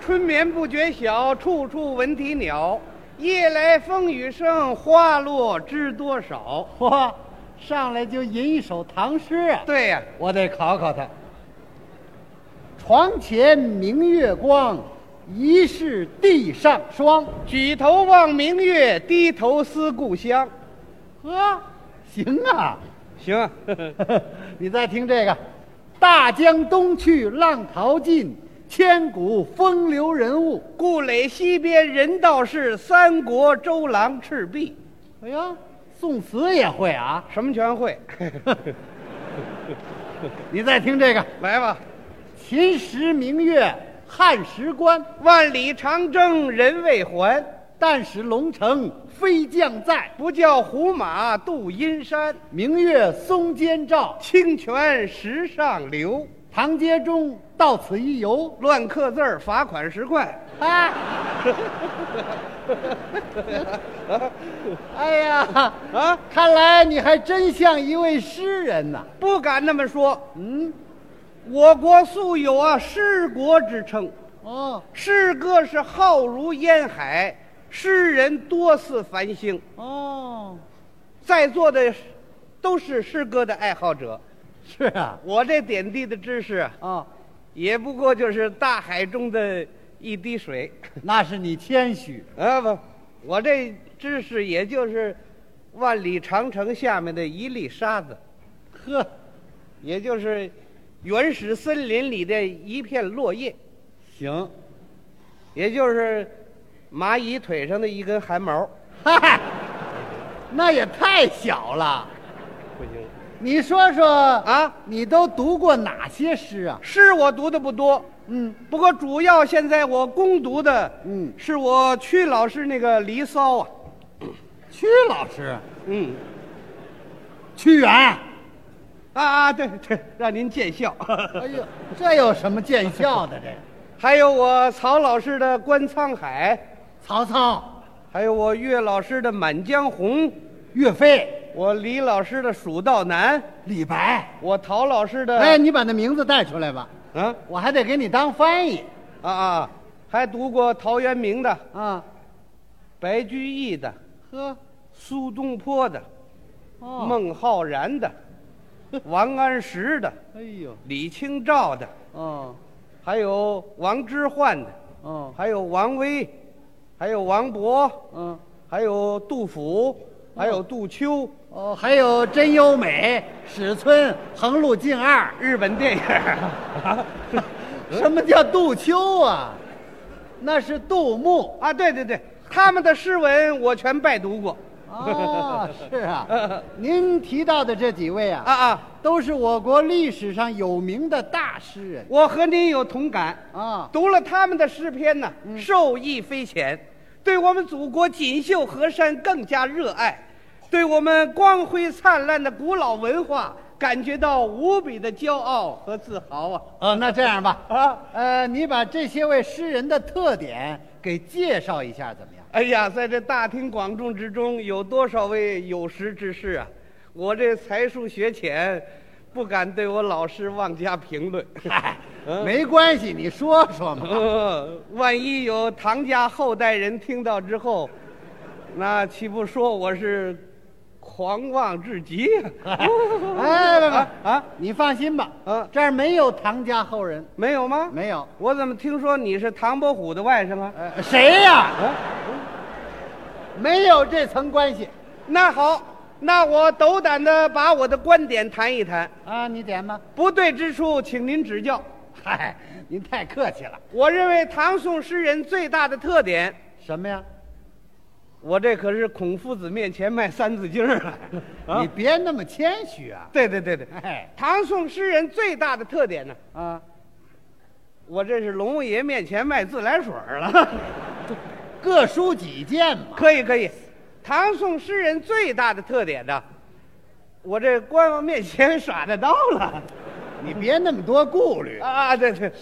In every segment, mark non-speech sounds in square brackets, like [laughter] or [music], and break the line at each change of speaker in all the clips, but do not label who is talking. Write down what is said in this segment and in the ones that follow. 春眠不觉晓，处处闻啼鸟。夜来风雨声，花落知多少。
嚯，上来就吟一首唐诗啊！
对呀、
我得考考他。床前明月光，疑是地上霜。
举头望明月，低头思故乡。
呵，行啊！ [laughs]
行 [laughs] 啊，
你再听这个：大江东去浪淘尽，千古风流人物。
故垒西边人道是，三国周郎赤壁。
哎呀，宋词也会啊！
什么全会？ [laughs]
你再听这个：
来吧，
秦时明月汉时关，
万里长征人未还，
但使龙城飞将在。
不教胡马度阴山。
明月松间照，
清泉石上流。
唐街中到此一游。
乱刻字儿罚款十块。
哎，哎呀，
啊，
看来你还真像一位诗人呐。
不敢那么说。
嗯，
我国素有啊诗国之称，
哦
诗歌是浩如烟海，诗人多似繁星。
哦，
在座的都是诗歌的爱好者，
是啊，
我这点滴的知识啊，
哦，
也不过就是大海中的一滴水。 [laughs]
那是你谦虚。
啊不，我这知识也就是万里长城下面的一粒沙子，
呵，
也就是原始森林里的一片落叶，
行，
也就是蚂蚁腿上的一根汗毛。
嗨，那也太小了。
不行
你说说啊，
啊，
你都读过哪些诗啊？
诗我读的不多，
嗯
不过主要现在我攻读的，
嗯
是我曲老师那个《离骚》啊。
屈老师，
嗯，
屈原。
啊啊，对对，让您见
[laughs]
笑。
哎呦，这有什么见笑的？这个
还有我曹老师的《观沧海
曹操、》，
还有我岳老师的《满江红》。
岳飞、
我李老师的《蜀道难》，
李白。
我陶老师的
哎，你把那名字带出来吧，
啊
我还得给你当翻译
啊啊，还读过陶渊明的、
啊。
白居易的、
呵，
苏东坡的、
哦，
孟浩然的、王安石的、
哎呦，
李清照的，
哦
还有王之涣的，
哦，
还有王威，还有王勃，
嗯
还有杜甫，还有杜秋，
哦，还有真优美、史村、横路径二。
日本电影。 [laughs]
什么叫杜秋啊？那是杜牧。
啊，对对对，他们的诗文我全拜读过。
哦，是啊。您提到的这几位
啊
啊，
啊，
都是我国历史上有名的大诗人
我和您有同感。
啊。
读了他们的诗篇呢，受益匪浅，对我们祖国锦绣河山更加热爱，对我们光辉灿烂的古老文化感觉到无比的骄傲和自豪啊！
哦，那这样吧，
啊，
呃，你把这些位诗人的特点给介绍一下，怎么样？
哎呀，在这大庭广众之中，有多少位有识之士啊！我这才疏学浅，不敢对我老师妄加评论。 [laughs]
嗨，
嗯
没关系，你说说嘛。
呃，万一有唐家后代人听到之后，那岂不说我是狂妄至极？
[laughs] 哎，不
啊
不
啊，
你放心吧，
啊
这儿没有唐家后人，
没有吗？
没有。
我怎么听说你是唐伯虎的外甥啊？
呃，谁呀？
啊，
没有这层关系
那好，那我斗胆的把我的观点谈一谈，
啊？你点吧。
不对之处，请您指教。
嗨，您太客气了。
我认为唐宋诗人最大的特点，
什么呀？
我这可是孔夫子面前卖三字经儿啊！
你别那么谦虚啊！
对对对对，
哎
唐宋诗人最大的特点呢，
啊，
我这是龙王爷面前卖自来水儿了。 [laughs]
各抒己见嘛。
可以可以，唐宋诗人最大的特点呢，我这官王面前 [laughs] 耍得刀了。
你别那么多顾虑
啊，啊，对对，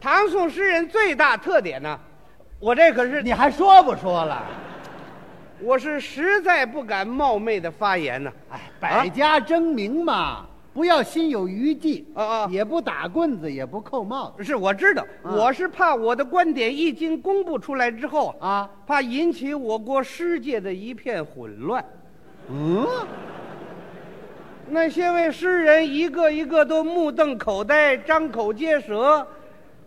唐宋诗人最大特点呢，我这可是
你还说不说了？
我是实在不敢冒昧的发言呢、
哎，百家争鸣嘛。不要心有余悸
啊啊
也不打棍子，也不扣帽子
是我知道，
啊
我是怕我的观点一经公布出来之后啊，
啊。
怕引起我国世界的一片混乱。
嗯，
那些位诗人一个一个都目瞪口呆、张口结舌、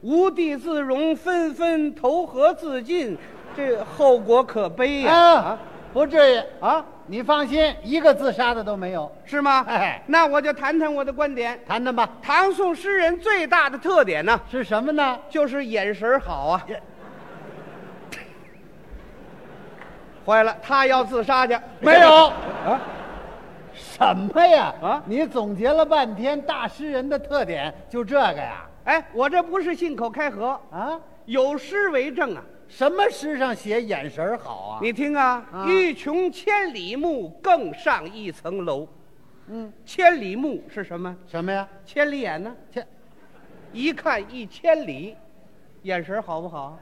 无地自容，纷纷投河自尽，这后果可悲呀、
啊，不至于
啊！
你放心，一个自杀的都没有。
是吗？
哎
那我就谈谈我的观点。
谈谈吧，
唐宋诗人最大的特点呢，
是什么呢？
就是眼神儿好啊。坏了，他要自杀去？啊？
什么呀？
啊
你总结了半天大诗人的特点，就这个呀？
哎，我这不是信口开河，
啊，
有诗为证啊。
什么诗上写眼神儿好啊？
你听啊，
啊
欲穷千里目，更上一层楼。
嗯，
千里目是什么？
什么呀？
千里眼呢？
切，
一看一千里，眼神好不好？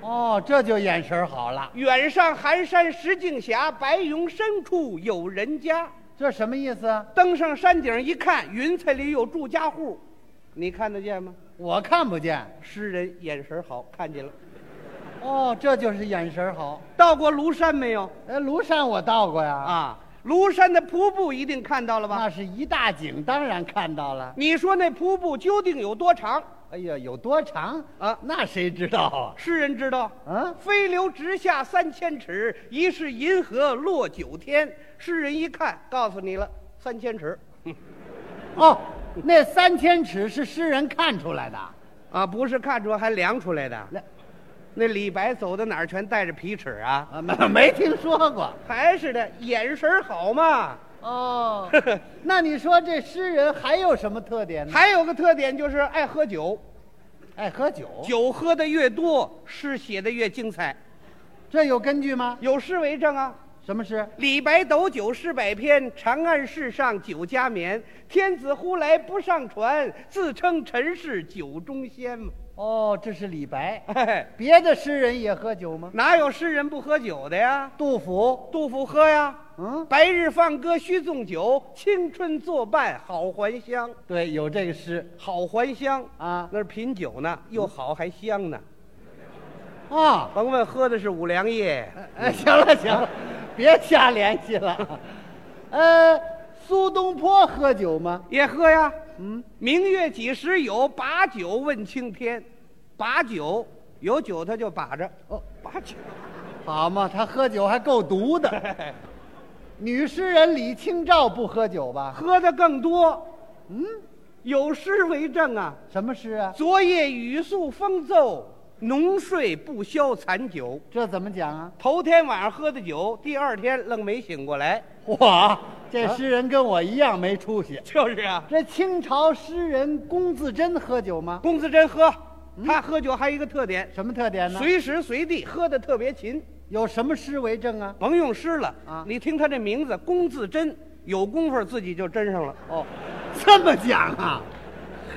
哦，这就眼神儿好了。
远上寒山石径斜，白云深处有人家。
这什么意思啊？
登上山顶一看，云彩里有住家户，你看得见吗？
我看不见。
诗人眼神好，看见了。
哦，这就是眼神儿好。
到过庐山没有？
哎，庐山我到过呀，
啊，庐山的瀑布一定看到了吧？
那是一大景，当然看到了。
你说那瀑布究竟有多长？
哎呀，有多长
啊
那谁知道
诗人知道，
啊？啊，
飞流直下三千尺，疑是银河落九天。诗人一看，告诉你了，三千尺。
哦，那三千尺是诗人看出来的。
啊，不是看出来还量出来的。
那
那李白走到哪儿全带着皮尺啊？
啊， [laughs] 没没听说过。
还是的，眼神好嘛。
哦， [laughs] 那你说这诗人还有什么特点呢？
还有个特点就是爱喝酒，
爱喝酒，
酒喝的越多，诗写的越精彩。
这有根据吗？
有诗为证啊。
什么诗？
李白斗酒诗百篇，长按市上酒家眠。天子呼来不上船，自称臣是酒中仙嘛。
哦，这是李白。
哎
[laughs] 别的诗人也喝酒吗？
[laughs] 哪有诗人不喝酒的呀？
杜甫，
杜甫喝呀，
嗯，
白日放歌须纵酒，青春作伴好还乡。
对，有这个诗
好还乡
啊
那是品酒呢，又好还香呢。
啊。
甭问喝的是五粮液，
哎， [laughs] 行了行了，别瞎联系了。 [laughs] 呃，苏东坡喝酒吗？
也喝呀。
嗯，
明月几时有？把酒问青天。把酒有酒他就把着，
哦，
把酒。
好嘛，他喝酒还够毒的。 [laughs] 女诗人李清照不喝酒吧？
喝的更多，
嗯，
有诗为证啊。
什么诗啊？
昨夜雨宿风骤，浓睡不消残酒。
这怎么讲啊？
头天晚上喝的酒，第二天愣没醒过来。
哇，这诗人跟我一样没出息。
就是啊，
这清朝诗人龚自珍喝酒吗？
龚自珍喝，他喝酒还有一个特点，
什么特点呢？
随时随地喝的特别勤。
有什么诗为证啊？
甭用诗了
啊
你听他这名字龚自珍，有功夫自己就真上了。
哦，这么讲啊？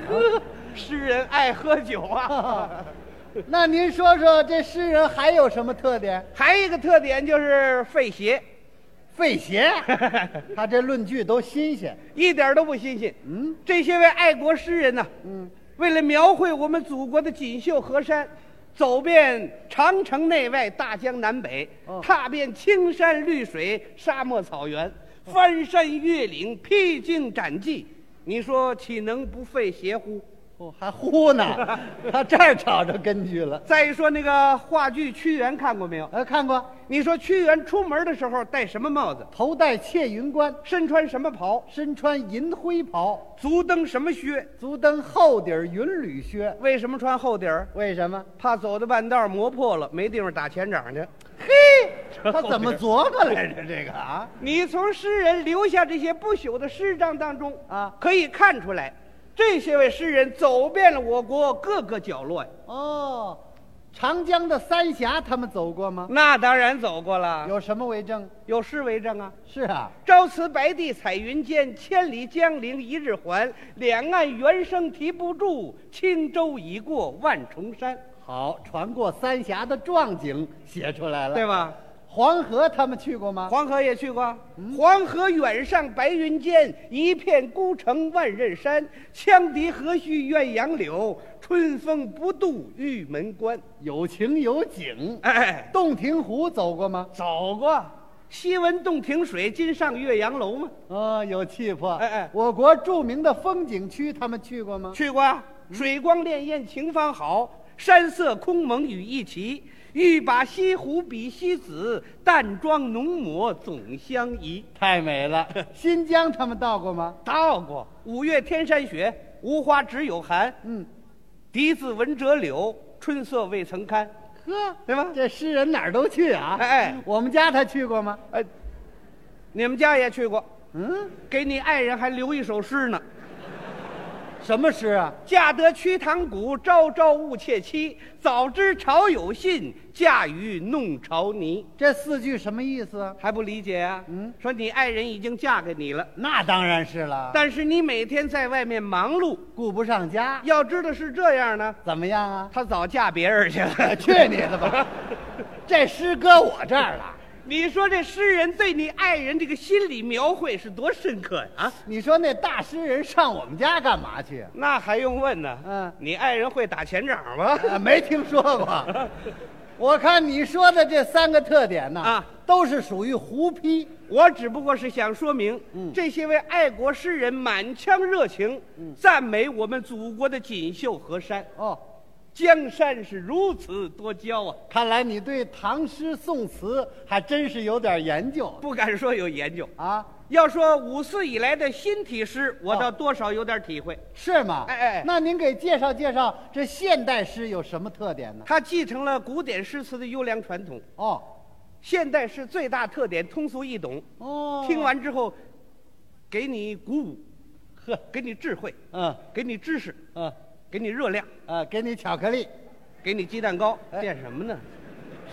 呵， [laughs] 诗人爱喝酒 [laughs] 啊。
[laughs] 那您说说这诗人还有什么特点？
还有一个特点就是费鞋，
费鞋，他这论据都新鲜。
一点都不新鲜。
嗯
这些位爱国诗人呢、
嗯，
为了描绘我们祖国的锦绣河山，走遍长城内外、大江南北，
哦
踏遍青山绿水、沙漠草原，
哦
翻山越岭、披荆斩棘，你说岂能不费邪乎？
哦，还呼呢，他这儿找着根据了。
再说那个话剧《屈原》，看过没有？
呃，看过，
你说屈原出门的时候戴什么帽子，
头戴窃云冠，
身穿什么袍，
身穿银灰袍，
足蹬什么靴？
足蹬厚底儿云履靴。
为什么穿厚底儿？[laughs]
为什么？
怕走到半道儿磨破了，没地方打前掌去。
嘿，他怎么琢磨来着？这个啊，
你从诗人留下这些不朽的诗章当中
啊
可以看出来，这些位诗人走遍了我国各个角落呀。
哦，长江的三峡他们走过吗？
那当然走过了，
有什么为证？
有诗为证啊。
是啊，
朝辞白帝彩云间，千里江陵一日还。两岸猿声啼不住，轻舟已过万重山，
好，船过三峡的壮景写出来了，
对吧？
黄河他们去过吗？
黄河也去过。黄河远上白云间，一片孤城万仞山。羌笛何须怨杨柳，春风不度玉门关。
有情有景。
哎，
洞庭湖走过吗？
走过。西闻洞庭水，今上岳阳楼嘛。
啊、有气魄。
哎哎
我国著名的风景区他们去过吗？
去过啊。水光潋滟晴方好，山色空蒙雨亦奇。欲把西湖比西子，淡妆浓抹总相宜。
太美了。新疆他们到过吗？
到过五月天山雪，无花只有寒。
嗯，
笛子闻折柳，春色未曾堪。
呵，
对吧
这诗人哪儿都去啊！
哎哎
我们家他去过吗？
哎，你们家也去过，
嗯，
给你爱人还留一首诗呢。
什么诗啊？
嫁得瞿塘古，朝朝误妾妻。早知朝有信，嫁与弄潮泥。
这四句什么意思啊？
还不理解啊？
嗯，
说你爱人已经嫁给你了，
那当然是了，
但是你每天在外面忙碌。
顾不上家，
要知道是这样呢，
怎么样啊？
她早嫁别人 [laughs] 去了。
去你的吧！这诗搁我这儿了，
[laughs] 你说这诗人对你爱人这个心理描绘是多深刻呀、啊？
你说那大诗人上我们家干嘛去？啊
那还用问呢？
嗯
你爱人会打前掌吗？
啊，没听说
[laughs]
过。我看你说的这三个特点呢，
啊，
都是属于胡批。
我只不过是想说明，
嗯
这些位爱国诗人满腔热情，赞美我们祖国的锦绣河山，
哦，
江山是如此多娇啊！
看来你对唐诗宋词还真是有点研究
不敢说有研究，
啊？
要说五四以来的新体诗，我
哦
倒多少有点体会。
是吗？
哎哎哎
那您给介绍介绍这现代诗有什么特点呢？
它继承了古典诗词的优良传统，
哦
现代诗最大特点通俗易懂，
哦，
听完之后，给你鼓舞，
呵，
给你智慧，
嗯
给你知识，
嗯
给你热量，
啊，给你巧克力。
给你鸡蛋糕，
哎
练什么呢？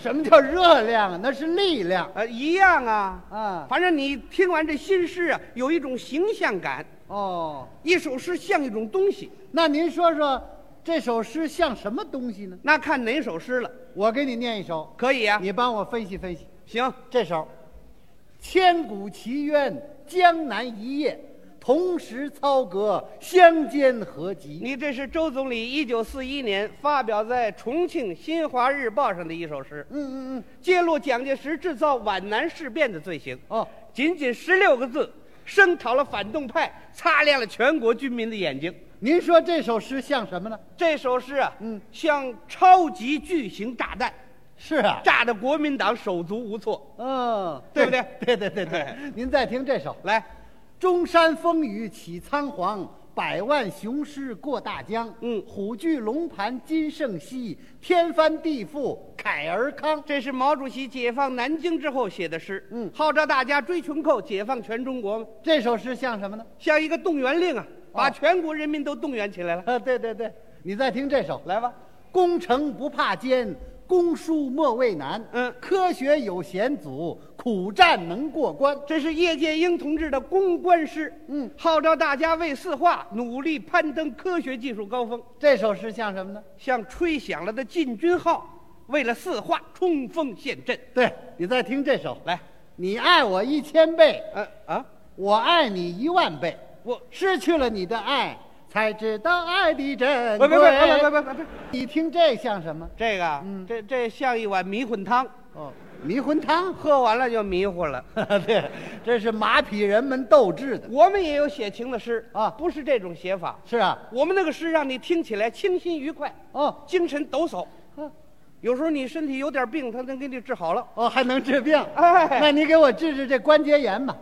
什么叫热量啊？那是力量
呃，一样啊，
啊！
反正你听完这新诗啊，有一种形象感，
哦，
一首诗像一种东西，
那您说说这首诗像什么东西呢？
那看哪首诗了，
我给你念一首，
可以啊，
你帮我分析分析。
行，
这首“千古奇冤江南一夜，同时操戈相煎何急
你这是周总理一九四一年发表在重庆《新华日报》上的一首诗”。，
嗯嗯嗯，
揭露蒋介石制造皖南事变的罪行。
哦，
仅仅十六个字，声讨了反动派，擦亮了全国军民的眼睛。
您说这首诗像什么呢？
这首诗啊，
嗯
像超级巨型炸弹，
是啊，
炸得国民党手足无措。
嗯，
对不对
[laughs] 对对对对，您再听这首
[laughs] 来，
“中山风雨起苍黄，百万雄师过大江”。
嗯
虎踞龙盘今胜昔，天翻地覆慨而康。
这是毛主席解放南京之后写的诗，
嗯
号召大家追穷寇，解放全中国嘛，
这首诗像什么呢？
像一个动员令啊，把
哦
全国人民都动员起来
[laughs]
了。
啊，对对对，你再听这首
来吧，
攻城不怕艰，攻书莫畏难。
嗯
科学有险阻，苦战能过关。
这是叶剑英同志的攻关诗，
嗯
号召大家为四化努力攀登科学技术高峰，
这首诗像什么呢？
像吹响了的进军号，为了四化冲锋陷阵。
对你再听这首，
来，
你爱我一千倍，
呃啊，
我爱你一万倍。
我
失去了你的爱，才知道爱的珍
别
贵。
别别别别别别，
你听这像什么？
这个啊，
嗯
这这像一碗迷魂汤，
哦，迷魂汤。 [laughs]
喝完了就迷糊了。
对，这是马匹人们斗志的。
我们也有写情的诗
啊
不是这种写法。
是啊，
我们那个诗让你听起来清新愉快，
哦，
精神抖擞。
呵
有时候你身体有点病，他能给你治好了，
哦，还能治病。
哎
[laughs] 那你给我治治这关节炎吧。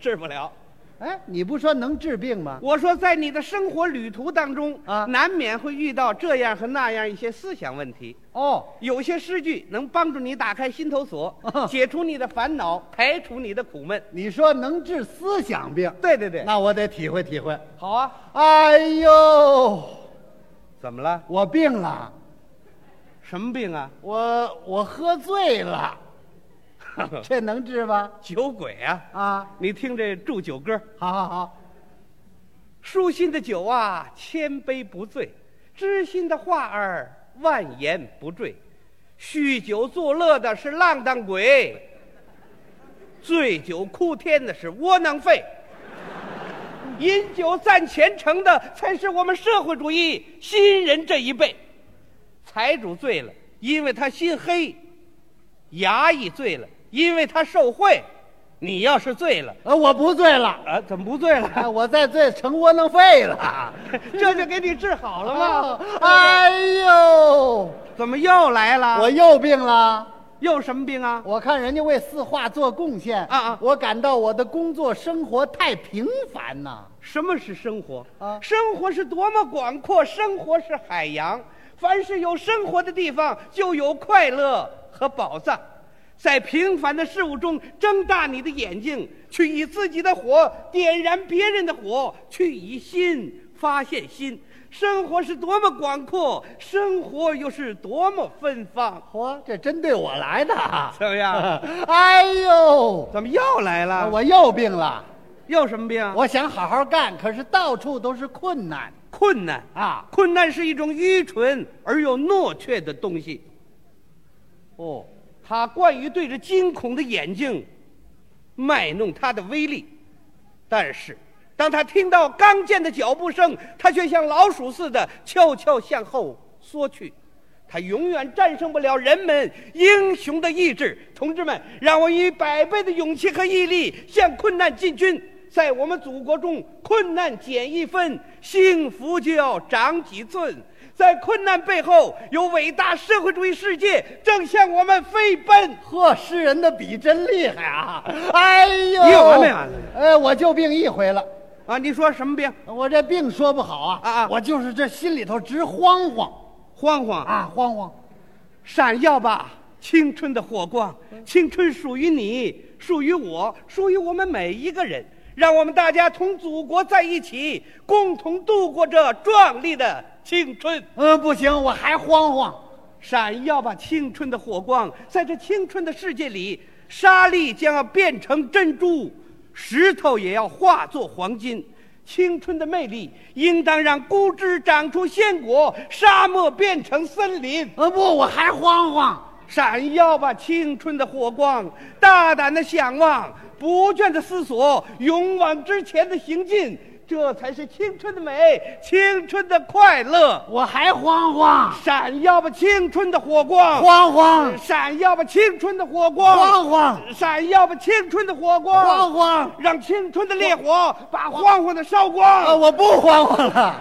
治不了。
哎，你不说能治病吗？
我说，在你的生活旅途当中
啊
难免会遇到这样和那样一些思想问题。
哦，
有些诗句能帮助你打开心头锁，
啊
解除你的烦恼，排除你的苦闷。
你说能治思想病，
对对对，
那我得体会体会。
好啊。
哎呦，
怎么了？
我病了，
什么病啊？ [laughs]
我我喝醉了，这能治吗？
酒鬼啊！
啊，
你听这祝酒歌，
好好好，
舒心的酒啊，千杯不醉；知心的话儿，万言不坠。酗酒作乐的是浪荡鬼，醉酒哭天的是窝囊废，饮酒赞前程的才是我们社会主义新人这一辈。财主醉了，因为他心黑；衙役醉了，因为他受贿。你要是醉了，
呃，我不醉了，
啊，怎么不醉了？
哎，我再醉成窝囊废了。 [laughs]
[laughs] 这就给你治好了吗？啊
哎呦，
怎么又来了？
我又病了。
又什么病啊？
我看人家为四化做贡献
啊啊
我感到我的工作生活太平凡呐。
什么是生活
啊
生活是多么广阔，生活是海洋。凡是有生活的地方，就有快乐和宝藏。在平凡的事物中睁大你的眼睛，去以自己的火点燃别人的火，去以心发现心。生活是多么广阔，生活又是多么芬芳。
嚯，这针对我来的。
怎么样？
[laughs] 哎呦，啊
怎么又来了？
我又病了。
又什么病啊？
我想好好干，可是到处都是困难
困难
啊。
困难是一种愚蠢而又懦怯的东西，
哦，
它惯于对着惊恐的眼睛卖弄它的威力，但是当他听到刚健的脚步声，他却像老鼠似的悄悄向后缩去。他永远战胜不了人们英雄的意志。同志们，让我以百倍的勇气和毅力向困难进军。在我们祖国中，困难减一分，幸福就要长几寸。在困难背后，有伟大社会主义世界正向我们飞奔。
呵，诗人的笔真厉害啊！哎呦，
你有完没完了？
呃，我就病一回了，
啊，你说什么病？
我这病说不好啊
啊啊
我就是这心里头直慌慌
慌慌
啊，慌慌。
闪耀吧，青春的火光！青春属于你，属于我，属于我们每一个人。让我们大家同祖国在一起，共同度过这壮丽的青春。
嗯，不行，我还慌慌。
闪耀吧，青春的火光！在这青春的世界里，沙粒将要变成珍珠，石头也要化作黄金。青春的魅力应当让孤枝长出鲜果，沙漠变成森林。
呃，不，我还慌慌。
闪耀吧，青春的火光！大胆的向往，不倦的思索，勇往直前的行进，这才是青春的美，青春的快乐。
我还慌慌，
闪耀吧，青春的火光！
慌慌，
闪耀吧，青春的火
慌
光！
慌，
闪耀吧，青春的火
慌
光！
慌。
让青春的烈火把晃晃的烧光！
啊，我不慌慌了。